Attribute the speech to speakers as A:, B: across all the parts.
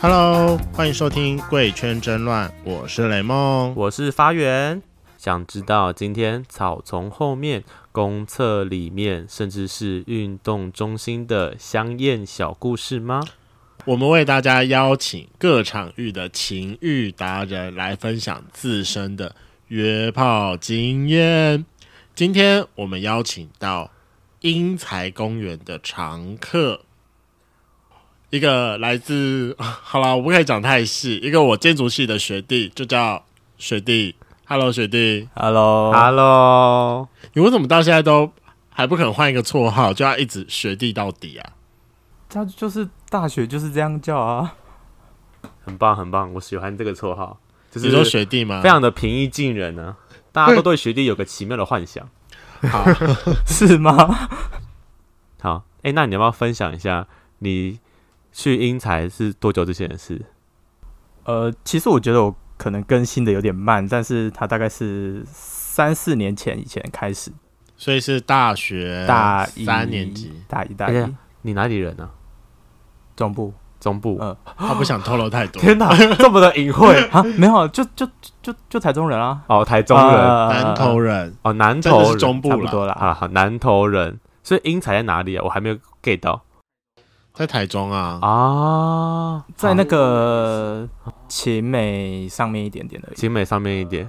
A: Hello，欢迎收听《贵圈争乱》，我是雷梦。
B: 我是发源。想知道今天草丛后面、公厕里面，甚至是运动中心的香艳小故事吗？
A: 我们为大家邀请各场域的情欲达人来分享自身的约炮经验。今天我们邀请到英才公园的常客，一个来自 好啦，我不可以讲太细，一个我建筑系的学弟，就叫学弟。Hello，学弟，哦
C: Hello，
B: Hello，
A: 你为什么到现在都还不肯换一个绰号，就要一直学弟到底啊？
C: 他就是大学就是这样叫啊。
B: 很棒很棒，我喜欢这个绰号，就
A: 你说啊
B: 是
A: 学弟吗？
B: 非常的平易近人呢、大家都对学弟有个奇妙的幻想。
A: 好，
C: 是吗？
B: 好，哎、那你要不要分享一下你去英才是多久之前的事？
C: 呃，其实我觉得我可能更新的有点慢，但是它大概是三四年前以前开始，
A: 所以是大学
C: 大
A: 呃
C: 一
A: 三年级，，
C: 大一大
B: 哎呀
C: 一
B: 你哪里人呢、
C: 中部。
B: 中部。
C: 呃
A: 他不想透露太多。
B: 天哪，这么的隐晦
C: 啊，没有，就就就就台中人啊，
B: 哦，台中人、
C: 啊
A: 南投人，
B: 哦，南
A: 真的
B: 投
A: 呃是
B: 人
A: 中部
C: 差不
A: 了，
C: 多啦。
B: 啊，好南投人，所以英才在哪里啊？我还没有 get 到
A: 在台中啊。
B: 啊，
C: 在那
B: 好
C: 个秦美上面一点点而已。
B: 景美上面一点。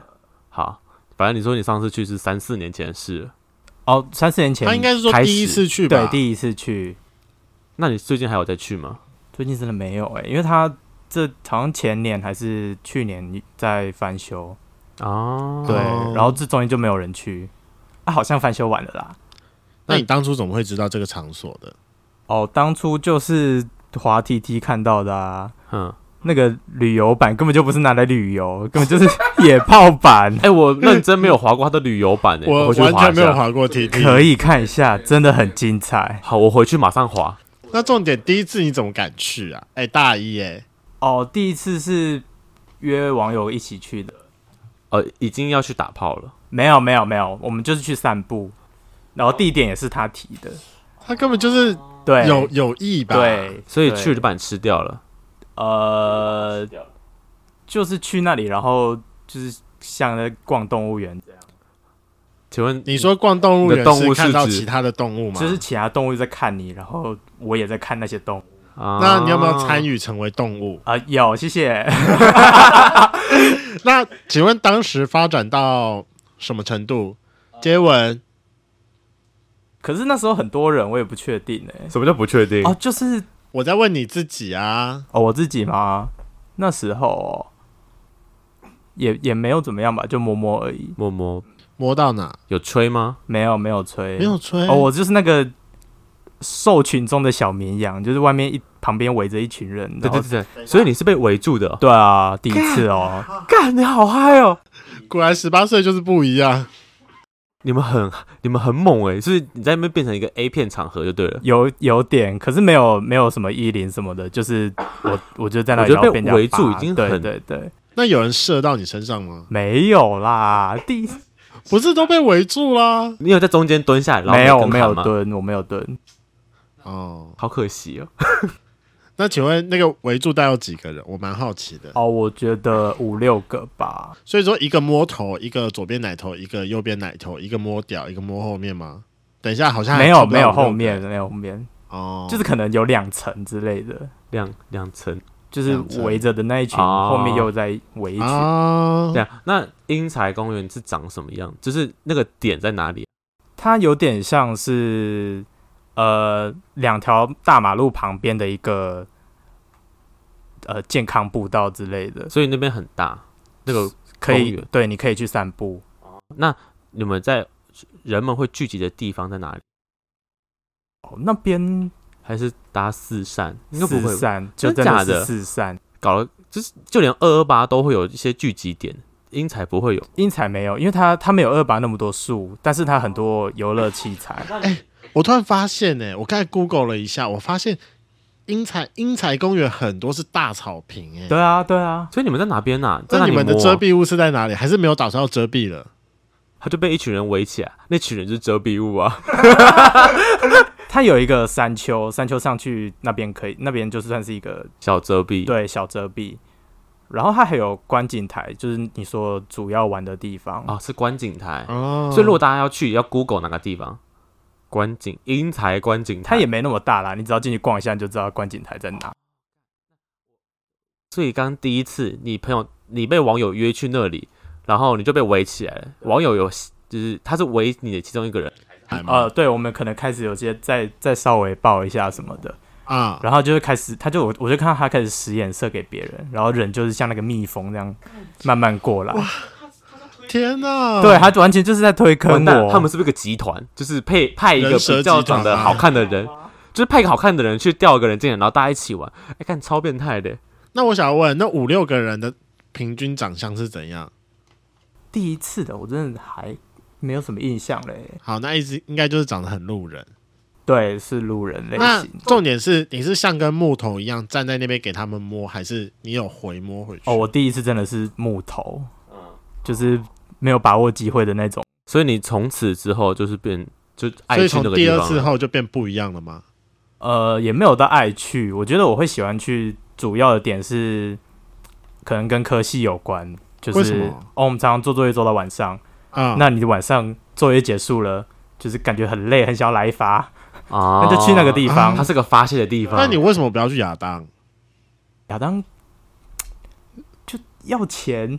B: 好，反正你说你上次去是三四年前的事了，
C: 哦，三四年前
A: 他应该是说
B: 开始
A: 第一次去吧？
C: 对第一次去，
B: 那你最近还有再去吗？
C: 最近真的没有哎、因为他这好像前年还是去年在翻修，
B: 哦，
C: 对，
A: 哦
C: 然后这中间就没有人去，啊，好像翻修完了啦。
A: 那你当初怎么会知道这个场所的？
C: 哦，当初就是滑梯梯看到的啊，
B: 嗯，
C: 那个旅游版根本就不是拿来旅游，根本就是野炮 版，
B: 哎、我认真没有划过他的旅游版诶、
A: 我
B: 回去
A: 完
B: 划
A: 全
B: 一
A: 没有
B: 下。
A: 滑过 T T。
C: 可。以看一下，真的很精彩。
B: 好，我回去马上划。
A: 那重点，第一次你怎么敢去啊？哎，大一哎，
C: 哦，第一次是约网友一起去的，
B: 呃，已经要去打炮了。
C: 没有没有没有，我们就是去散步，然后地点也是他提的，
A: 他根本就是
C: 对，
A: 有有意吧？，
C: 对，
B: 所以
C: 对
B: 去了就把你吃掉了，
C: 呃，就是去那里，然后就是像在逛动物园这样，
B: 请问
A: 你说逛动物
B: 你的
A: 园
B: 动物
A: 看
B: 是
A: 到
B: 指
A: 其他的动物吗？
C: 就是其他动物在看你，然后我也在看那些动物
B: 啊
A: 那你有没有
C: 哦
A: 参？与成为动物？
C: 啊、有，谢谢。
A: 那请问当时发展到什么程度？
C: 呃
A: 接吻？
C: 可是那时候很多人，我也不确定哎、
B: 什么叫不确定？
C: 哦，就是
A: 我在问你自己啊。
C: 哦，我自己吗？那时候哦、也也没有怎么样吧，就摸摸而已，
B: 默默
A: 摸到哪？
B: 有吹吗？
C: 没有没有吹，
A: 没有吹
C: 哦，我就是那个兽群中的小绵羊，就是外面一旁边围着一群人，
B: 对
C: 然后
B: 对对对，所以你是被围住的哦。
C: 对啊，第一次哦，
B: 干，你好嗨哦！
A: 果然十八岁就是不一样。
B: 你们很你们很猛哎、就是你在那边变成一个 A 片场合就对了。
C: 有有点，可是没有没有什么衣领什么的，就是我我就在那里，
B: 我觉得
C: 然后
B: 被
C: 人家
B: 围住
C: 扒
B: 已经
C: 对
B: 很
C: 对对，
A: 那有人射到你身上吗？
C: 没有啦，第一次
A: 不是都被围住啦？
B: 你有在中间蹲下来，然后
C: 没有我
B: 跟
C: 没
B: 喊
C: 有
B: 吗，
C: 蹲，我没有蹲，
A: 哦，
B: 好可惜哦。
A: 那请问那个围住带有几个人？我蛮好奇的。
C: 哦，我觉得五六个吧，
A: 所以说，一个摸头，一个左边奶头，一个右边奶头，一个摸屌，一个摸后面吗？等一下，好像还
C: 没有
A: 凑不到
C: 没有
A: 五六个
C: 后面没有后面，
A: 哦，
C: 就是可能有两层之类的，
B: 两两层
C: 就是
A: 两层
C: 围着的那一群，
B: 哦
C: 后面又在围一群，
A: 啊
B: 这，样。那英才公园是长什么样？就是那个点在哪里？
C: 它有点像是呃两条大马路旁边的一个呃健康步道之类的，
B: 所以那边很大。那个
C: 可
B: 公
C: 以
B: 园
C: 对，你可以去散步。
B: 你们在人们会聚集的地方在哪里？
C: 哦，那边
B: 还是搭四扇？应该不
C: 四
B: 会吧
C: 散就
B: 真
C: 真
B: 假
C: 的
B: 的
C: 是四散，
B: 搞了，就是就连二二八都会有一些聚集点，英才不会有。
C: 英才没有，因为它它没有二八那么多树，但是它很多游乐器材。
A: 我突然发现呢、我刚才 Google 了一下，我发现英才英才公园很多是大草坪哎、
C: 对啊，对啊，
B: 所以你们在哪边啊？在
A: 那
B: 哪
A: 你
B: 里
A: 们的
B: 摸啊
A: 遮蔽物是在哪里？还是没有打算要遮蔽了？
B: 啊他就被一群人围起来，那群人就是遮蔽物啊。
C: 它有一个山丘，山丘上去那边可以，那边就算是一个
B: 小遮蔽，
C: 对小遮蔽。然后它还有观景台，就是你说主要玩的地方。
B: 哦，是观景台。
A: 哦，
B: 所以如果大家要去，要 Google 哪个地方？观景英才观景台。哦
C: 它也没那么大啦，你只要进去逛一下，你就知道观景台在哪。
B: 所以刚第一次，你朋友你被网友约去那里，然后你就被围起来了。网友有就是他是围你的其中一个人，
A: 还蛮
C: 呃，对，我们可能开始有些再再稍微报一下什么的，
A: 啊，
C: 然后就会开始，他就我我就看到他开始使眼色给别人，然后人就是像那个蜜蜂这样慢慢过来，
A: 天哪，
C: 对他完全就是在推
B: 完
C: 坑
B: 蛋，
C: 我，
B: 他们是不是个集团？就是配派一个
A: 人蛇
B: 比较
A: 集团
B: 长得
A: 啊
B: 好看的人，就是派一个好看的人去钓一个人进来，然后大家一起玩。哎、看超变态的。
A: 那我想要问，那五六个人的平均长相是怎样？
C: 第一次的我真的还没有什么印象嘞，
A: 好，那一直应该就是长得很路人。
C: 对，是路人类
A: 那
C: 型。
A: 重点是，你是像跟木头一样站在那边给他们摸，还是你有回摸回去？
C: 哦，我第一次真的是木头，就是没有把握机会的那种。
B: 所以你从此之后就是变就爱
A: 所以
B: 去那
A: 从
B: 个
A: 第
B: 地
A: 二
B: 方
A: 次
B: 了。
A: 后就变不一样了吗？
C: 呃，也没有到爱去。我觉得我会喜欢去，主要的点是可能跟科系有关，就
A: 为什
C: 是
A: 么
C: 哦，我们常常做作业做到晚上，
A: 啊，
C: 那你的晚上作业结束了，就是感觉很累，很想要来一发，
B: 啊
C: 那就去那个地方。
B: 它是个发泄的地方。
A: 那你为什么不要去亚当？
C: 亚当就要钱，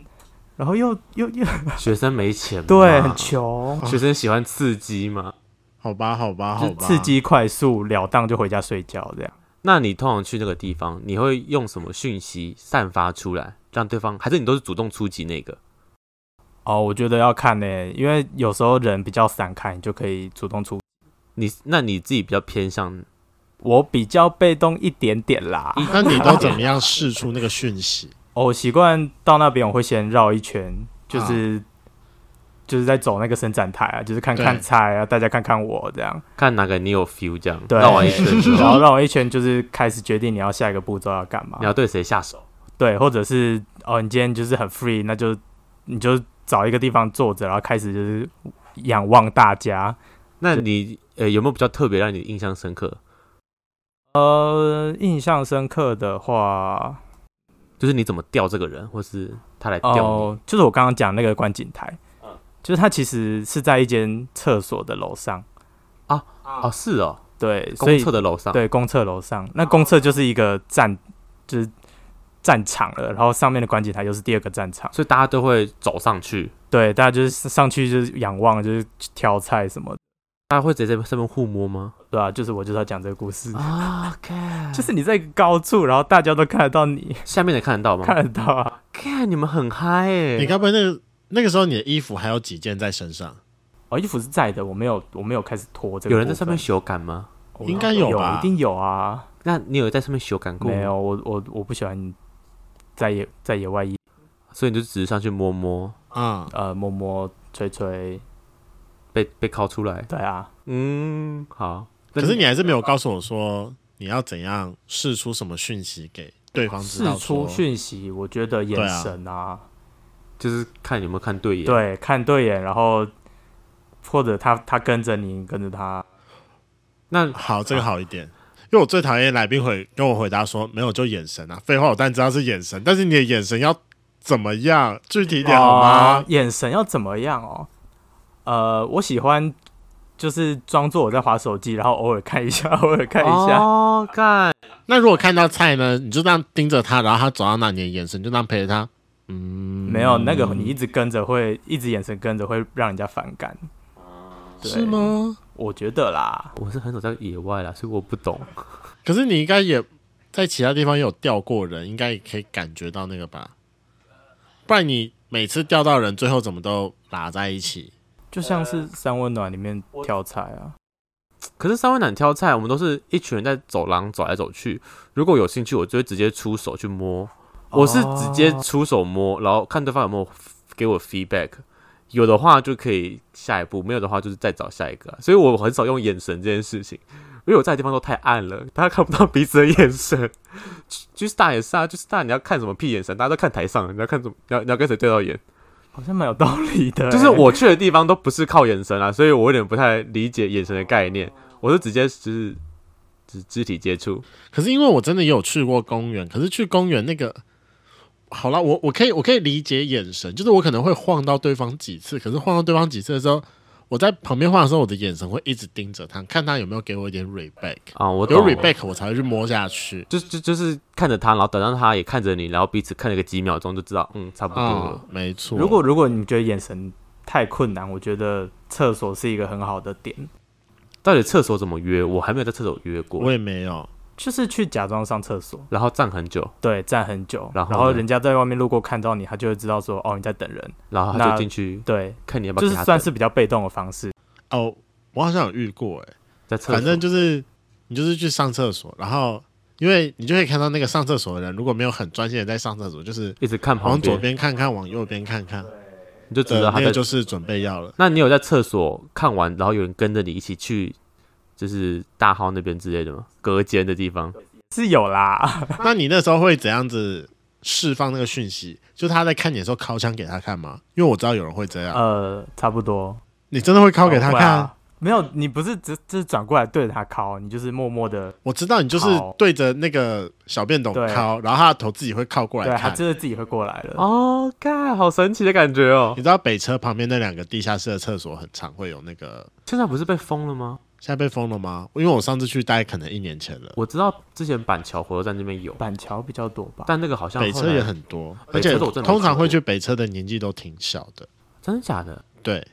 C: 然后又又又
B: 学生没钱嘛，
C: 对，很穷，
B: 学生喜欢刺激嘛。
A: 好吧，好吧，好
C: 就
A: 吧，
C: 刺激快速了当就回家睡觉这样。
B: 那你通常去那个地方，你会用什么讯息散发出来，让对方？还是你都是主动出击那个？
C: 哦，我觉得要看呢、因为有时候人比较散开，你就可以主动出。
B: 你那你自己比较偏向
C: 我比较被动一点点啦，
A: 那你都怎么样试出那个讯息？
C: 哦，我习惯到那边我会先绕一圈，就是、就是在走那个伸展台啊，就是看
A: 啊对
C: 看菜啊，大家看看我这样，
B: 看哪个你有 feel 这样
C: 对
B: 绕完一圈之
C: 然
B: 后，
C: 后绕完一圈就是开始决定你要下一个步骤要干嘛
B: 你，要对谁下手？
C: 对，或者是哦，你今天就是很 free，那就你就找一个地方坐着，然后开始就是仰望大家，
B: 那你呃有没有比较特别让你印象深刻？
C: 呃，印象深刻的话，
B: 就是你怎么钓这个人，或是他来钓你？嗯
C: 哦，就是我刚刚讲那个观景台，就是它其实是在一间厕所的楼上，
B: 哦，是哦，
C: 对，所
B: 公
C: 以
B: 厕的啊楼上，
C: 对公厕楼上，那公厕就是一个战，就是战场了，然后上面的观景台又是第二个战场，
B: 所以大家都会走上去，
C: 对，大家就是上去就是仰望，就是挑菜什么的，
B: 大家会直接在上面互摸吗？
C: 对啊，就是我就是要讲这个故事，
B: 啊，OK，
C: 就是你在一个高处，然后大家都看得到 你，
B: 下面的看得到吗？
C: 看得到啊，
B: 看你们很嗨哎、
A: 你该不会那个那个时候你的衣服还有几件在身上？
C: 哦，衣服是在的，我没有我没有开始脱这个部分，
B: 有人在上面修改吗？
C: 哦
A: 应该有
C: 有
A: 吧
C: 一定有啊，
B: 那你有在上面修改过吗
C: 没有，，我我我不喜欢在野在野外一
B: 所以你就只是上去摸摸，
A: 啊、
C: 呃摸摸吹吹，
B: 被被拷出来。
C: 对啊，
B: 嗯，好。
A: 可是你还是没有告诉我说你要怎样试出什么讯息给对方知
C: 释
A: 道
C: 出
A: 说。
C: 讯息，我觉得眼神啊，
B: 就是看有没有看对眼。，
C: 对，看对眼，然后或者他他跟着你，跟着他，
B: 那
A: 好，这个好一点，因为我最讨厌来宾回跟我回答说没有就眼神啊，废话，我当然知道是眼神，但是你的眼神要怎么样？具体一点好吗？
C: 哦眼神要怎么样哦？呃，我喜欢就是装作我在划手机，然后偶尔看一下， 偶尔 看一下，
B: 哦，看，
A: 那如果看到菜呢，你就这样盯着他，然后他走到哪里，你的眼神就这样陪着他。嗯，
C: 没有那个你一直跟着会一直眼神跟着会让人家反感，
B: 啊
C: 对
A: 是？吗？
C: 我觉得啦，
B: 我是很少在野外啦，所以我不懂。
A: 可是你应该也在其他地方也有钓过人，应该也可以感觉到那个吧？不然你每次钓到人，最后怎么都拉在一起？
C: 就像
B: 呃
C: 是三温暖里面挑菜啊。
B: 可是三温暖挑菜，我们都是一群人在走廊走来走去。如果有兴趣，我就会直接出手去摸。我是直接出手摸，然后看对方有没有给我 feedback。有的话就可以下一步，没有的话就是再找下一个啊。所以我很少用眼神这件事情，因为我在的地方都太暗了，大家看不到彼此的眼神。 就是大也是啊，就是大你要看什么屁眼神，大家都看台上，你要看什么，你要你要跟谁对到眼。
C: 好像蛮有 道理的欸、
B: 就是我去的地方都不是靠眼神啊，所以我有点不太理解眼神的概念。我是直接就是肢肢体接触，
A: 可是因为我真的也有去过公园，可是去公园那个，好啦，我我可以我可以理解眼神，就是我可能会晃到对方几次，可是晃到对方几次的时候，我在旁边晃的时候，我的眼神会一直盯着他，看他有没有给我一点 reback，
B: 啊、我
A: 有
B: 懂
A: reback 我才会去摸下去。
B: 就就就是看着他，然后等到他也看着你，然后彼此看了个几秒钟就知道，嗯，差不多了。
A: 嗯，没错。
C: 如果如果你觉得眼神太困难，我觉得厕所是一个很好的点，
B: 到底厕所怎么约？我还没有在厕所约
A: 我
B: 过，
A: 也没有，
C: 就是去假装上厕所，
B: 然后站很久，
C: 对，站很久，
B: 然后呢
C: 然后人家在外面路过看到你，他就会知道说哦你在等人，
B: 然后他
C: 那
B: 就进去
C: 对，
B: 看你要不
C: 就
B: 要
C: 是
B: 给他
C: 算
B: 等
C: 是比较被动的方式。
A: 哦，我好像有遇过、欸，
B: 在厕所，
A: 反正就是你就是去上厕所，然后因为你就可以看到那个上厕所的人如果没有很专心的在上厕所，就是
B: 一直看旁
A: 往左
B: 边，
A: 边看看，往右边看看，
B: 你就知道
A: 呃
B: 他
A: 那
B: 在
A: 个就是准备要了。
B: 那你有在厕所看完，然后有人跟着你一起去，就是大号那边之类的吗？隔间的地方，
C: 是有啦，
A: 那你那时候会怎样子释放那个讯息？就他在看你的时候，敲枪给他看吗？因为我知道有人会这样，
C: 呃，差不多。
A: 你真的会敲给他
C: 哦会
A: 看？
C: 啊没有，你不是只只是转过来对着他敲，你就是默默的，
A: 我知道你就是
C: 好
A: 对着那个小便斗
C: 对
A: 敲，然后他的头自己会靠过
C: 对
A: 来
C: 他
A: 看。
C: 真的自己会过来了。
B: 哦，干，好神奇的感觉哦！
A: 你知道北车旁边那两个地下室的厕所很常会有那个，
B: 现在不是被封了吗？
A: 现在被封了吗？因为我上次去大概可能一年前了。
B: 我知道之前板桥火车站那边有，
C: 板桥比较多吧，
B: 但那个好像
A: 北
B: 后
A: 车
B: 来
A: 也很多，而
B: 北车
A: 且
B: 的我真的没
A: 通
B: 看
A: 常
B: 过
A: 会去北车的年纪都挺小的。
B: 真的假的？
A: 对，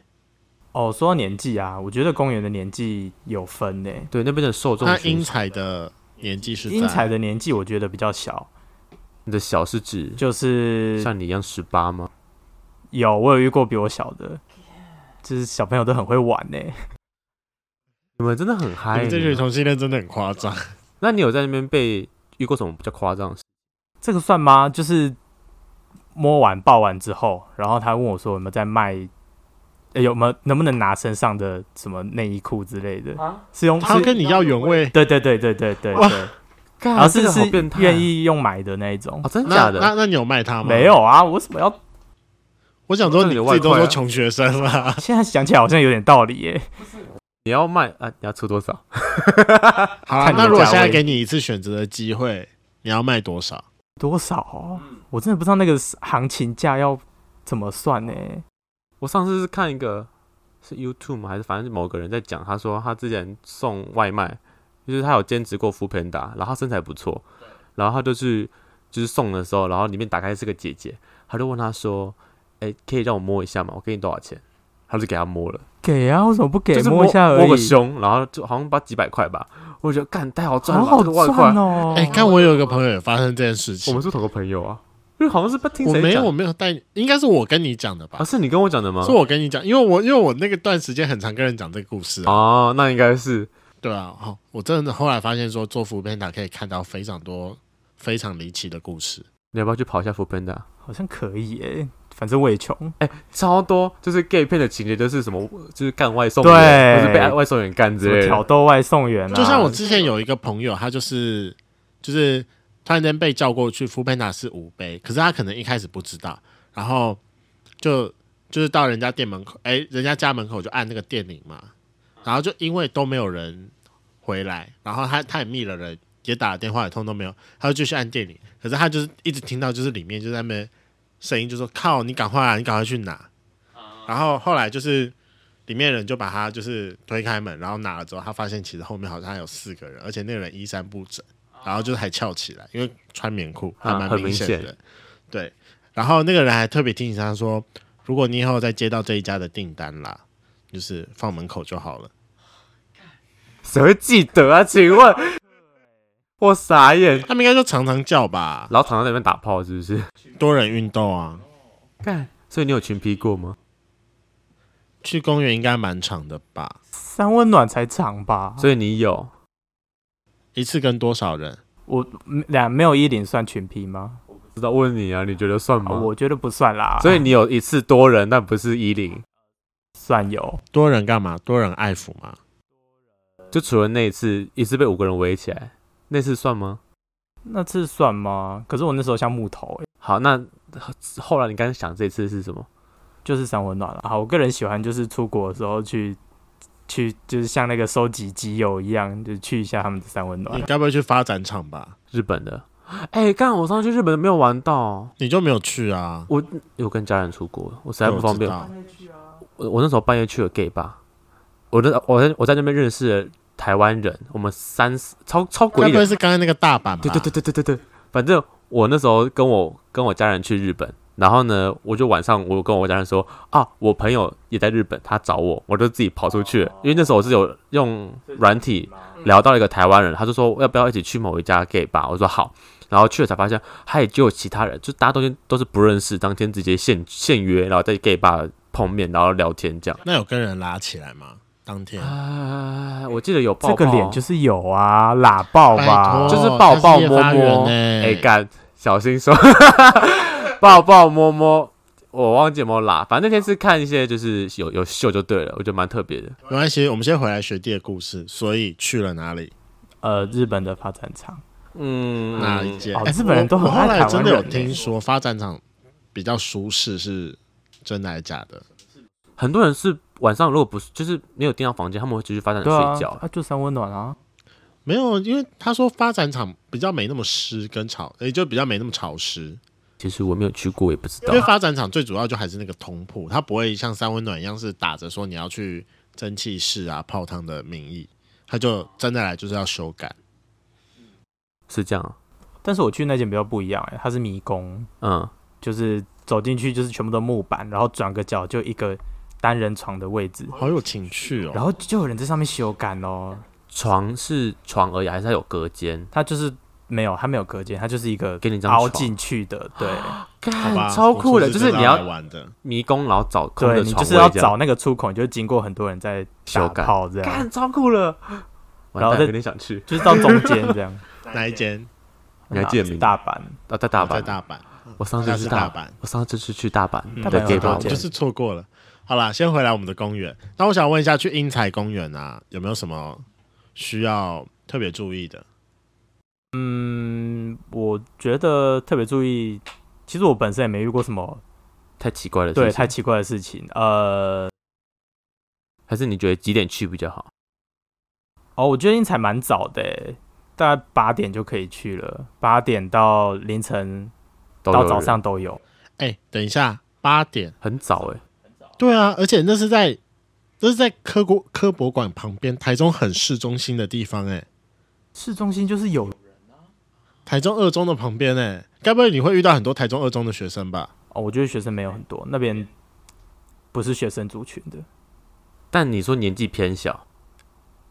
C: 哦，说到年纪啊，我觉得公园的年纪有分呢、
B: 对，那边的受众
A: 那
B: 群
A: 英，才的年纪是在
C: 英才的年纪我觉得比较小，
B: 你的小是指
C: 就是
B: 像你一样十八吗？
C: 有我有遇过比我小的，就是小朋友都很会玩呢、
B: 你们真的很
A: 你
B: 嗨
A: 们这群
B: 呢。
A: 同性恋真的很夸张。
B: 那你有在那边被遇过什么比较夸张的事？
C: 这个算吗？就是摸完抱完之后，然后他问我说有没有在卖，呃有没有能不能拿身上的什么内衣裤之类的，是用
A: 他要
C: 是
A: 跟你要原味，
C: 对对对对对对
A: 哇
C: 对，
B: 干
C: 然
A: 啊
C: 后
B: 这
C: 是
B: 个好
C: 是
B: 变态啊
C: 愿意用买的那一种
B: 哦，，真的
A: 那
B: 假
A: 那
B: 的？
A: 那你有卖他吗？
C: 没有，啊，我为什么要？
A: 我想说
B: 那
A: 你
B: 你的
A: 自己都
B: 外快
A: 说
B: 啊
A: 穷学生 了，
C: 现在想起来好像有点道理耶、
B: 你要卖啊？你要出多少？
A: 好啦，
C: 看你的
A: 那如果
C: 价
A: 现在
C: 位
A: 给你一次选择的机会，你要卖多少？
C: 多少哦、
B: 嗯
C: 我真的不知道那个行情价要怎么算呢、
B: 我上次是看一个是 YouTube 吗？还是反正是某个人在讲，他说他之前送外卖，就是他有兼职过 f o o p a n d a 然后他身材不错，然后他就是就是送的时候，然后里面打开是个姐姐，他就问他说：“哎、可以让我摸一下吗？我给你多少钱？”他就给他摸了，
C: 给啊，为什么不给？
B: 就是
C: 摸一下而
B: 摸个
C: 已，
B: 胸，然后就好像把几百块吧，我就觉得干太好赚了吧，
C: 好
B: 这
C: 好
B: 个外快
C: 赚。哦、
A: 哎，看我有一个朋友也发生这件事
B: 我
A: 情
B: 们，是同个朋友啊，因为好像是不知道听
A: 我
B: 谁
A: 没有
B: 讲
A: 我没有带你，应该是我跟你讲的吧
B: 啊，？是你跟我讲的吗
A: 是？我跟你讲，因为我因为我那个段时间很常跟人讲这个故事啊，
B: 哦，那应该是
A: 对啊，好，我真的后来发现说做福片打可以看到非常多非常离奇的故事，
B: 你要不要去跑一下 f o o p a n d a
C: 好像可以耶、反正我也穷。
B: 超多，就是 gay 片的情节，就是什么，就是干外送
C: 对
B: 员，或是被外送员干之
C: 什么
B: 类
C: 挑
B: 的。
C: 逗外送员啊，
A: 就像我之前有一个朋友，他就是就是突然间被叫过去，福佩达是五杯，可是他可能一开始不知道，然后就就是到人家店门口，哎、人家家门口就按那个电铃嘛，然后就因为都没有人回来，然后他他也密了人，也打了电话，也通都没有，他就继续按电铃，可是他就是一直听到就是里面就在那边声音，就说靠，你赶快啊，你赶快去拿，然后后来就是。里面人就把他就是推开门，然后拿了之后，他发现其实后面好像还有四个人，而且那个人衣衫不整，然后就是还翘起来，因为穿棉裤，还
B: 啊
A: 蛮
B: 很
A: 明
B: 明
A: 显
B: 显
A: 的。对，然后那个人还特别提醒他说，如果你以后再接到这一家的订单啦，就是放门口就好了。
B: 谁会记得啊？请问，我傻眼。
A: 他们应该就常常叫吧，
B: 然后躺在那边打炮，是不是？
A: 多人运动啊，
B: 干，所以你有群批过吗？
A: 去公园应该蛮长的吧？
C: 三温暖才长吧，
B: 所以你有，
A: 一次跟多少人？
C: 我嗯俩没有一零算群批吗？
B: 知道问你啊？你觉得算吗？
C: 我觉啊得不算啦，
B: 所以你有一次多人，但不是一零，
C: 算有
A: 多人干嘛？多人爱抚吗？
B: 就除了那一次，一次被五个人围起来，那次算吗？
C: 那次算吗？可是我那时候像木头、欸，
B: 好，那后来你刚才想这次是什么？
C: 啊就是三温暖了。好，我个人喜欢就是出国的时候去去就是像那个收集基友一样，就是去一下他们的三温
B: 啊
C: 暖
A: 你。该不会去发展场吧？
B: 日本的。哎、刚我上次去日本没有玩到，
A: 你就没有去啊？
B: 我有跟家人出国，我实在不方便
A: 我。知道
B: 我我那时候半夜去了 gay 吧，我那我在我在那边认识了台湾人，我们三四超超诡
A: 该
B: 异
A: 不会
B: 的，
A: 是刚才那个大阪吧？
B: 对对对，对对对
C: 啊
B: 对，反正我那时候跟我跟我家人去日本，然后呢，我就晚上我跟我家人说啊，我朋友也在日本，他找我，我就自己跑出去了，因为那时候我是有用软体聊到了一个台湾人，他就说要不要一起去某一家 gay 吧，我说好。然后去了才发现，他也只有其他人，就大家都都是不认识，当天直接现现约，然后在 gay 吧碰面，然后聊天这样。
A: 那有跟人拉起来吗？当天
B: 啊，我记得有抱
C: 这
B: 抱，
C: 个脸就是有啊，喇爆吧
A: 拜托，
B: 就是抱抱
A: 他是
B: 摸
A: 夜发人
B: 摸，
A: 欸
B: 哎干、小心说， 抱抱摸摸，我忘记有没有拉，反正那天是看一些就是有有秀就对了，我觉得蛮特别的。
A: 没关系，我们先回来学弟的故事。所以去了哪里？
C: 呃，日本的发展场，
B: 嗯，
A: 哪一间？
C: 哦
A: 哎
C: 日本人都很
A: 我我后
C: 爱
A: 来
C: 台湾
A: 真的有
C: 人欸
A: 听说发展场比较舒适，是真的还是假的？
B: 很多人是晚上如果不是就是没有订到房间，他们会继续发展
C: 对啊
B: 睡觉，。
C: 啊就三温暖啊，
A: 没有，因为他说发展场比较没那么湿跟潮，也就比较没那么潮湿。
B: 其实我没有去过，我也不知
A: 因为
C: 啊
B: 道。
A: 发展场最主要就还是那个通铺，它不会像三温暖一样是打着说你要去蒸汽室啊泡汤的名义，它就真的来就是要修改。
B: 是这样，
C: 但是我去那间比较不一样、欸，它是迷宫，
B: 嗯，
C: 就是走进去就是全部都木板，然后转个角就一个单人床的位置，
A: 好有情趣哦！
C: 然后就有人在上面修改哦。
B: 床是床而已，还是它有隔间？
C: 它就是没有，它没有隔间，它就是一个
B: 给你一张
C: 凹
B: 床，
C: 进去的，对
A: 好吧，
B: 干超酷的，
A: 我
B: 就
A: 说
B: 是
A: 真
B: 你
A: 要来
B: 要
A: 玩的，
B: 迷宫，然后找 空
C: 对，
B: 的
C: 你
B: 床位
C: 就是
B: 这
C: 要
B: 样。
C: 找那个出口，你就经过很多人在打
B: 修改
C: 炮这样，
B: 干超酷了，
C: 然
B: 然
C: 后
B: 后
C: 再
B: 有点想去，
C: 就是到中间这样。
A: 哪一间？
B: 你还记得名字
C: 大阪，
B: 啊，在大
A: 在
B: 阪，
A: 大阪，
B: 我上
A: 那
B: 次
A: 是
B: 是
A: 大
B: 大，
A: 阪，
B: 我上次是去大阪
A: 嗯
B: 的
C: 大阪有
B: gay
C: 很多
B: 吧，
A: 我
C: 间
A: 就是错过了。好啦，先回来我们的公园。那我想问一下，去英才公园啊，有没有什么需要特别注意的？
C: 嗯，我觉得特别注意。其实我本身也没遇过什么
B: 太奇怪了，
C: 对
B: 是不是
C: 太奇怪的事情。呃，
B: 还是你觉得几点去比较好？
C: 哦，我觉得英才蛮早的欸，大概八点就可以去了，八点到凌晨
B: 都
C: 到
B: 有
C: 早
B: 人
C: 上都有。
A: 哎、等一下，八点。
B: 很早哎，
A: 对啊，而且那是在那是在科国科博馆旁边，台中很市中心的地方、哎，
C: 市中心就是有
A: 台中二中的旁边、哎，该不会你会遇到很多台中二中的学生吧？
C: 哦，我觉得学生没有很多，那边不是学生族群的，
B: 但你说年纪偏小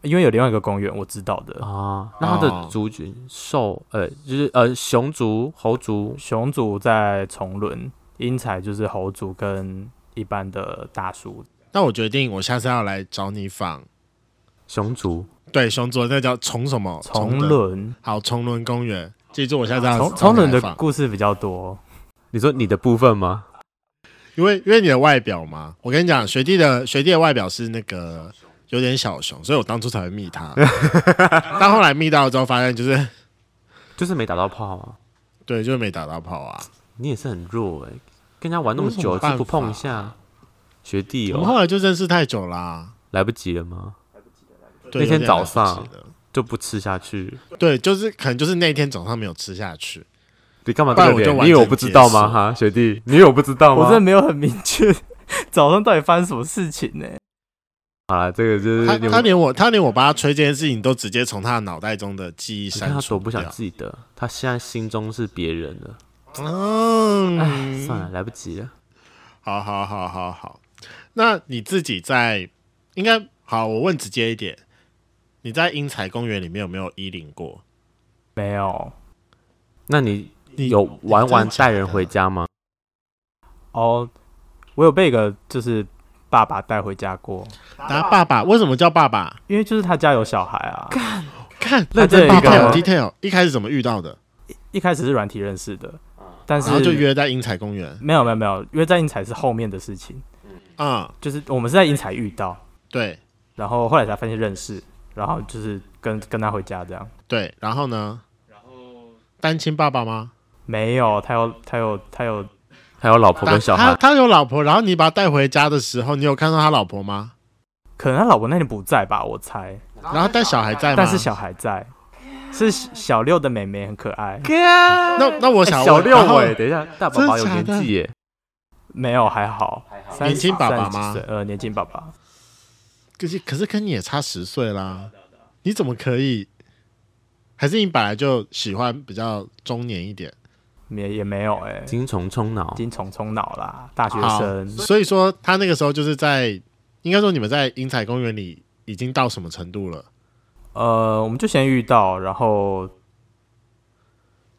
C: 因为有另外一个公园我知道的，
B: 啊，那他的族群兽呃就是呃熊族、猴族，
C: 熊族在崇伦，英才就是猴族跟一般的大叔。
A: 那我决定，我下次要来找你访。
B: 熊族
A: 对，熊卓那叫虫什
B: 哦
A: 么？
C: 崇
A: 的
C: 伦，
A: 好，崇伦公园，记住我下次要
C: 崇
A: 找
C: 崇
A: 你
C: 伦
A: 来
C: 的
A: 访
C: 故事比较多，
B: 你说你的部分吗？
A: 因为因为你的外表嘛，我跟你讲，学弟的学弟的外表是那个有点小熊，所以我当初才会密他，但后来密到了之后，发现就是
B: 就是没打到炮啊，
A: 对，就是没打到炮啊。
B: 你也是很弱哎，跟人家玩那么
A: 我有
B: 久
A: 什么办
B: 就不碰
A: 法
B: 一下，学弟
A: 我们后
B: 哦，
A: 来就认识太久啦、
B: 来不及了吗？
A: 对
B: 那天
A: 有点来不及
B: 早上
A: 了
B: 就不吃下去。
A: 对，就是可能就是那天早上没有吃下去，
B: 你干嘛
A: 不
B: 这
A: 然
B: 个
A: 我就
B: 脸？
A: 完
B: 你以为我
A: 整
B: 不知
A: 结
B: 道吗？
A: 束
B: 哈，学弟，你以为我不知道吗？
C: 我真的没有很明确 早上到底发生什么事情呢、
B: 好了，这个就是
A: 他
B: 你
A: 他
B: 们
A: 连我他连我帮他吹这件事情都直接从他的脑袋中的记忆
B: 你看
A: 删
B: 他
A: 除
B: 多不想
A: 掉。
B: 记得，他现在心中是别人的。哎，
A: 嗯，
B: 算了，来不及了。
A: 好好好好好，那你自己在应该好，我问直接一点，你在英才公园里面有没有衣领过？
C: 没有
B: 那你
A: 你
B: 有玩完
A: 真的假
B: 带
A: 的
B: 人回家吗？
C: 哦，我有被一个就是爸爸带回家过，
A: 打爸爸为什么叫爸爸？
C: 因为就是他家有小孩啊，
A: 看
B: 认
C: 真
A: 爸
C: 一个
A: 爸有
C: 吗
A: detail，一开始怎么遇到的？
C: 一开始是软体认识的，但是
A: 然后就约在英才公园。
C: 没有没有没有，约在英才是后面的事情，
A: 嗯，
C: 就是我们是在英才遇到，
A: 对
C: 然后后来才发现认识，然后就是跟跟他回家这样。
A: 对，然后呢？单亲爸爸吗？
C: 没有，他有他有他有，
B: 还有老婆跟小
A: 他
B: 孩，
A: 他有老婆，然后你把他带回家的时候，你有看到他老婆吗？
C: 可能他老婆那天不在吧，我猜，
A: 然后但小孩在吗？
C: 但是小孩在，是小六的妹妹很可爱，
A: 那那我想
B: 哎
A: 问
B: 小六
A: 然后
B: 哎，等一下，大宝宝有
A: 真的假
B: 年
A: 的
B: 纪耶，
C: 没有还好，三
A: 年轻爸爸吗
C: 三十几岁呃，年轻爸爸，
A: 可是可是跟你也差十岁啦，你怎么可以？还是你本来就喜欢比较中年一点？
C: 也也没有哎、
B: 精虫充脑，
C: 金虫冲脑啦，大学
A: 好，
C: 生
A: 所以说他那个时候就是在，应该说你们在英才公园里已经到什么程度了？
C: 呃，我们就先遇到，然后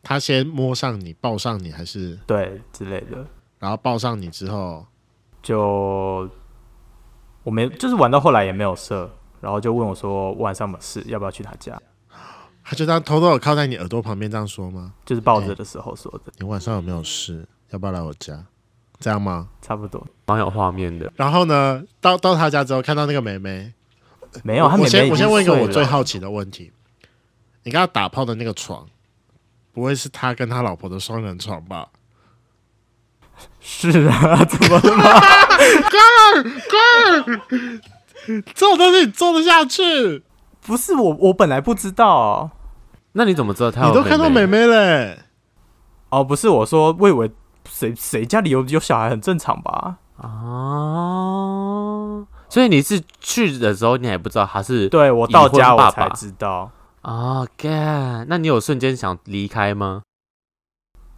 A: 他先摸上你，抱上你，还是
C: 对之类的，
A: 然后抱上你之后，
C: 就我没就是玩到后来也没有射，然后就问我说晚上有没有事，要不要去他家？
A: 他就这样偷偷的靠在你耳朵旁边这样说吗？
C: 就是抱着的时候说的，
A: 你晚上有没有事？要不要来我家？这样吗？
C: 差不多
B: 蛮有画面的。
A: 然后呢，到到他家之后，看到那个妹妹，
C: 没有。他妹
A: 我
C: 妹
A: 先
C: 已
A: 我
C: 经
A: 先问一个
C: 睡
A: 我最
C: 了
A: 好奇的问题：你跟他打炮的那个床，不会是他跟他老婆的双人床吧？
C: 是啊，怎么了
A: 这种东西你做得下去？
C: 不是我？我本来不知道哦，
B: 那你怎么知道他有
A: 你都看到
B: 妹
A: 妹
B: 妹？
A: 妹嘞，
C: 哦不是我说，我以为谁谁家里有有小孩很正常吧？
B: 哦，所以你是去的时候，你还不知道他是
C: 对我到家
B: 已婚爸爸
C: 我才知道，
B: 啊？干、那你有瞬间想离开吗？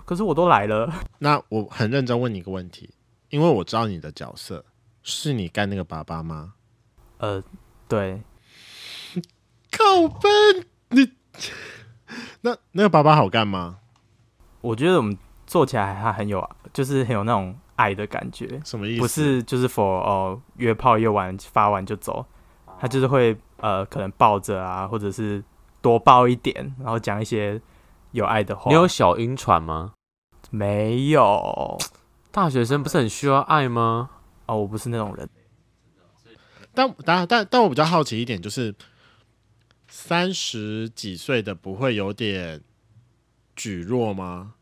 C: 可是我都来了，
A: 那我很认真问你一个问题，因为我知道你的角色是你干那个爸爸吗？
C: 呃，对，
A: 靠背，你那那个爸爸好干吗？
C: 我觉得我们做起来还很有，就是很有那种爱的感觉，
A: 什么意思？
C: 不是就是 for 哦约炮约完发完就走，他就是会呃可能抱着啊，或者是多抱一点，然后讲一些有爱的话。
B: 你有小晕船吗？
C: 没有？哦，
B: 大学生不是很需要爱吗？
C: 我不是那种人，
A: 但但但但我比较好奇一点，就是三十几岁的不会有点举弱吗？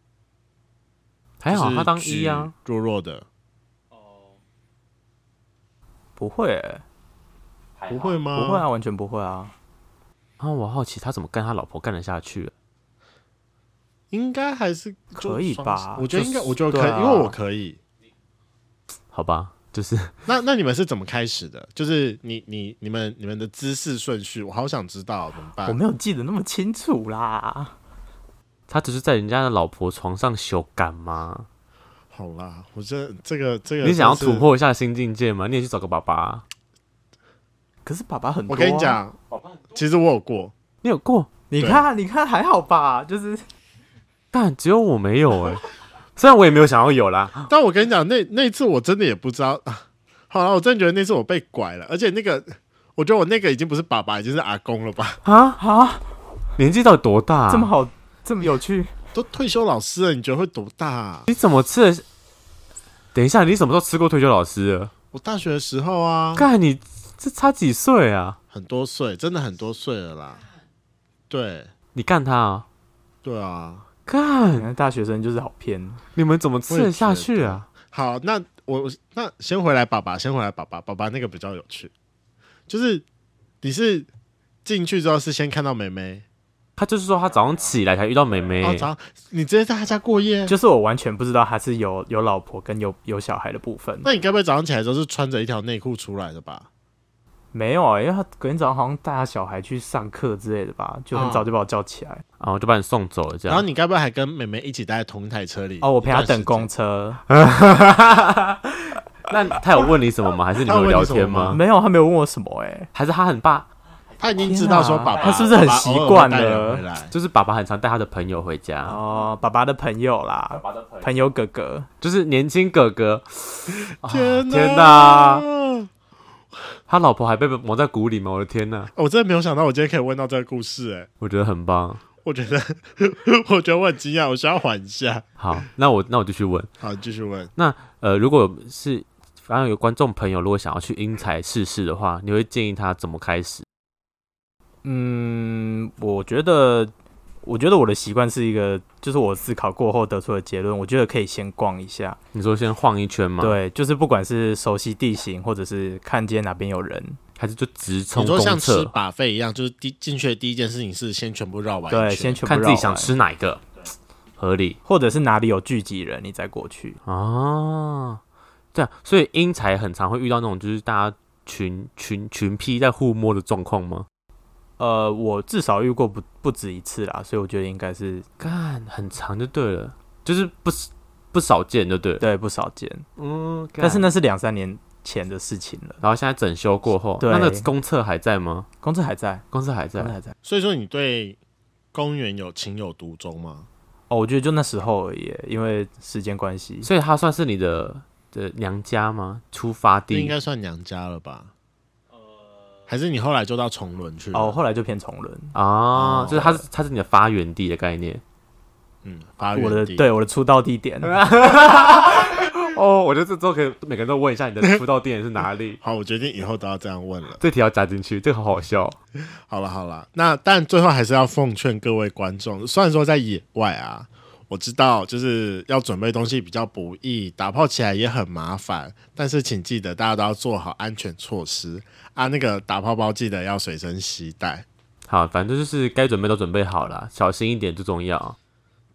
B: 还好
A: 就是
B: 他当一啊，
A: 举弱弱的，
C: 不会欸、
A: 不会吗？
C: 不会啊，完全不会啊。
B: 啊，我好奇他怎么跟他老婆干得下去了。
A: 应该还是就
C: 可以吧
A: 双我觉得
C: 就
A: 应该，我觉得可
C: 对
A: 以，
C: 啊
A: 因为我可以。
B: 好吧，就是
A: 那那你们是怎么开始的？就是你你你们你们的姿势顺序，我好想知道怎么办
C: 我。没有记得那么清楚啦。
B: 他只是在人家的老婆床上修改吗？
A: 好啦，我这这个这个，
B: 你想要突？破一下新境界吗？你也去找个爸爸啊、
C: 可是爸爸很多、啊
A: 我跟你，讲，其实我有过，
B: 你有过？
C: 你看，你看还好吧？就是
B: 但只有我没有哎、虽然我也没有想要有啦，
A: 但我跟你讲，那那次我真的也不知道。 啊好了，我真的觉得那次我被拐了，而且那个，我觉得我那个已经不是爸爸，已经是阿公了吧？
B: 啊，
C: 啊，
B: 年纪到底多大、啊？
C: 这么好，这么有趣，
A: 都退休老师了，你觉得会多大啊、
B: 你怎么吃的？等一下，你什么时候吃过退休老师了？
A: 我大学的时候啊，
B: 干你这差几岁啊？
A: 很多岁，真的很多岁了啦。对，
B: 你干他啊？
A: 对啊。
C: 可
B: 干
C: 能大学生就是好骗。
B: 你们怎么吃得下去啊？
A: 好，那我那先回来，爸爸，先回来，爸爸，爸爸那个比较有趣，就是你是进去之后是先看到妹妹，
B: 他就是说他早上起来才遇到妹妹、
A: 哦，早上你直接在她家过夜，啊
C: 就是我完全不知道他是有有老婆跟有有小孩的部分，
A: 那你该不会早上起来的时候是穿着一条内裤出来的吧？
C: 没有啊、因为他隔天早上好像带他小孩去上课之类的吧，就很早就把我叫起来。
B: 然后就把你送走了，这
A: 然后
B: 样。
A: 你该不会还跟妹妹一起待在同一台车里？
C: 哦，我陪他等公
A: 工。
C: 车，
B: 那他有问你什么吗？还是你们有聊天
A: 他有问你什么
B: 吗
A: 吗？
C: 没有，他没有问我什么哎、
B: 还是他很爸，
A: 他已经知道说爸爸，
C: 天啊他是不是很习惯
A: 爸爸偶尔会
C: 了
A: 带人回来？
B: 就是爸爸很常带他的朋友回家，
C: 哦，爸爸的朋友啦，爸爸的朋友哥哥，
B: 就是年轻哥哥，
C: 啊
A: 天哪！哦
B: 天哪他老婆还被蒙在鼓里吗？我的天呐，
A: 我真的没有想到，我今天可以问到这个故事、哎，
B: 我觉得很棒。
A: 我觉得，我觉得我很惊讶，我需要缓一下。
B: 好，那我那我就去问。
A: 好，继续问。
B: 呃，如果有是反正有观众朋友如果想要去英才试试的话，你会建议他怎么开始？
C: 嗯，我觉得，我觉得我的习惯是一个，就是我思考过后得出的结论，我觉得可以先逛一下，
B: 你说先晃一圈吗？，
C: 对，就是不管是熟悉地形，或者是看见哪边有人，
B: 还是就直冲
A: 你说
B: 公
A: 像吃
B: 厕，
A: 把费一样，就是第进去的第一件事情是先全部绕完一
C: 对，
A: 圈
C: 先全部
B: 看自己
C: 绕
B: 想
C: 完，
A: 啊
B: 吃哪一个，合理
C: 或者是哪里有聚集人，你再过去。
B: 啊。对啊，所以英才很常会遇到那种就是大家群群群批在互摸的状况吗？
C: 呃，我至少遇过不不止一次啦，所以我觉得应该是
B: 干，很长就对了，就是不不少见就对了。
C: 对不少见，
B: 嗯，
C: 但是
B: 干，
C: 那是两三年前的事情了。
B: 然后现在整修过后，
C: 对
B: 那那个公厕还在吗？
C: 公厕还在，
B: 公厕还
C: 公厕
B: 在，
C: 还在。
A: 所以说你对公园有情有独钟吗？
C: 哦，我觉得就那时候而已，因为时间关系。
B: 所以它算是你的的娘家吗？出发
A: 这应
B: 地？哦
A: 该算娘家了吧？还是你后来就到崇伦去了？
C: 哦，后来就偏崇伦，
B: 啊，
A: 哦
B: 就是它是它是你的发源地的概念。
A: 嗯，发
C: 我的
A: 源地。。
C: 对我的出道 地点。
B: 哦，我觉得这周可以每个人都问一下你的出道地点是哪里
A: 好，我决定以后都要这样问了。
B: 这题要加进去，这个好好笑。哦
A: 好了好了，那但最后还是要奉劝各位观众，虽然说在野外啊，我知道就是要准备东西比较不易，打泡起来也很麻烦，但是请记得大家都要做好安全措施啊。那个打泡包记得要随身携带。
B: 好，反正就是该准备都准备好了，小心一点最重 要。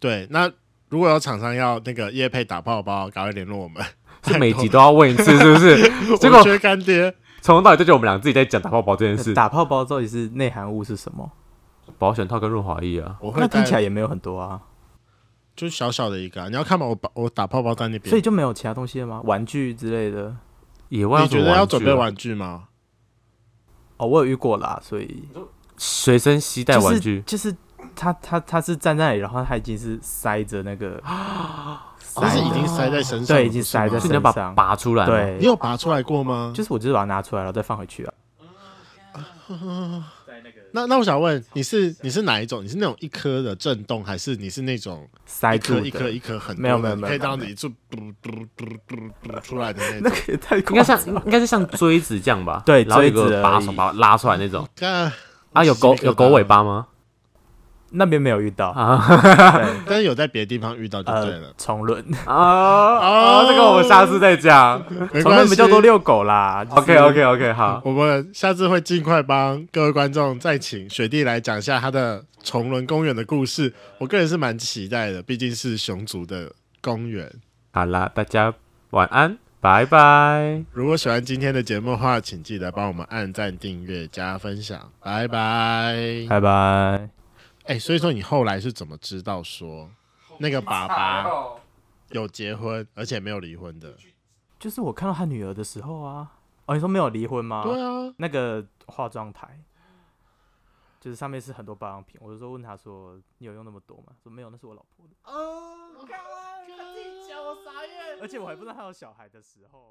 A: 对，那如果有厂商要那个夜配打泡包，赶快联络我 们。
B: 是每集都要问一次，是不是？结
A: 我们
B: 果
A: 缺干爹，
B: 从头到尾就觉得我们俩自己在讲打泡泡这件 事。
C: 打泡包到底是内含物是什么？
B: 保险套跟润滑液啊，
A: 我会
C: 那听起来
A: 带，
C: 也没有很多啊，
A: 就小小的一个啊、你要看嘛，我把我打泡包在那边
C: 所以。就没有其他东西了吗？玩具之类的？
B: 野外
A: 你觉得要准备
B: 玩具啊
A: 玩具吗？
C: 哦，我有遇过啦，所以
B: 随身携带玩具，
C: 就是就是他他他是站在那里，然后他已经是塞着 那个，
A: 就
C: 塞
A: 是
C: 着
A: 已经塞在身上了，
C: 对已经
A: 不是吗
C: 塞在
B: 是
C: 身
B: 你要把
C: 身上
B: 拔出来吗。
A: 你
C: 对，
A: 有拔出来过吗？
C: 就是我就是把它拿出来，然后再放回去啊。
A: 那那我想问，你是你是哪一种？你是那种一颗的震动，还是你是那种
C: 塞
A: 一
C: 住
A: 颗
C: 的
A: 一颗一颗很多
C: 没有
A: 的
C: 没有没有
A: 可以这样子
C: 没有
A: 一直嘟嘟嘟嘟嘟出来的那种？
C: 那个也太
B: 应该
C: 夸张
B: 像应该是像锥子这样吧？
C: 对
B: 然后有
C: 锥子
B: 个
C: 而已
B: 把手把它拉出来那种
A: 看
B: 啊，有狗有狗尾，巴吗？
C: 那边没有遇到，
B: 啊
C: 对，
A: 但是有在别的地方遇到就对
C: 呃
A: 了，，
C: 重轮，
B: 啊啊！这个我们下次再讲。
A: 没
C: 重
A: 关
C: 轮
A: 系，
C: 呃比较多。遛狗啦。就是
B: OK OK OK，好，
A: 我们下次会尽快帮各位观众再请雪弟来讲一下他的崇伦公园的故事。我个人是蛮期待的，毕竟是熊族的公园。
B: 好啦，大家晚安，拜拜。
A: 如果喜欢今天的节目的话，请记得帮我们按赞、订阅、加分享，拜拜。
C: 拜拜。
A: 哎、所以说你后来是怎么知道说那个爸爸有结婚，而且没有离婚的？
C: 就是我看到他女儿的时候啊，哦，你说没有离婚吗？
A: 对啊，
C: 那个化妆台，就是上面是很多保养品。我就说问他说：“你有用那么多吗？”说没有，那是我老婆的。
D: 哦，干，他自己讲，我傻眼。
C: 而且我还不知道他有小孩的时候。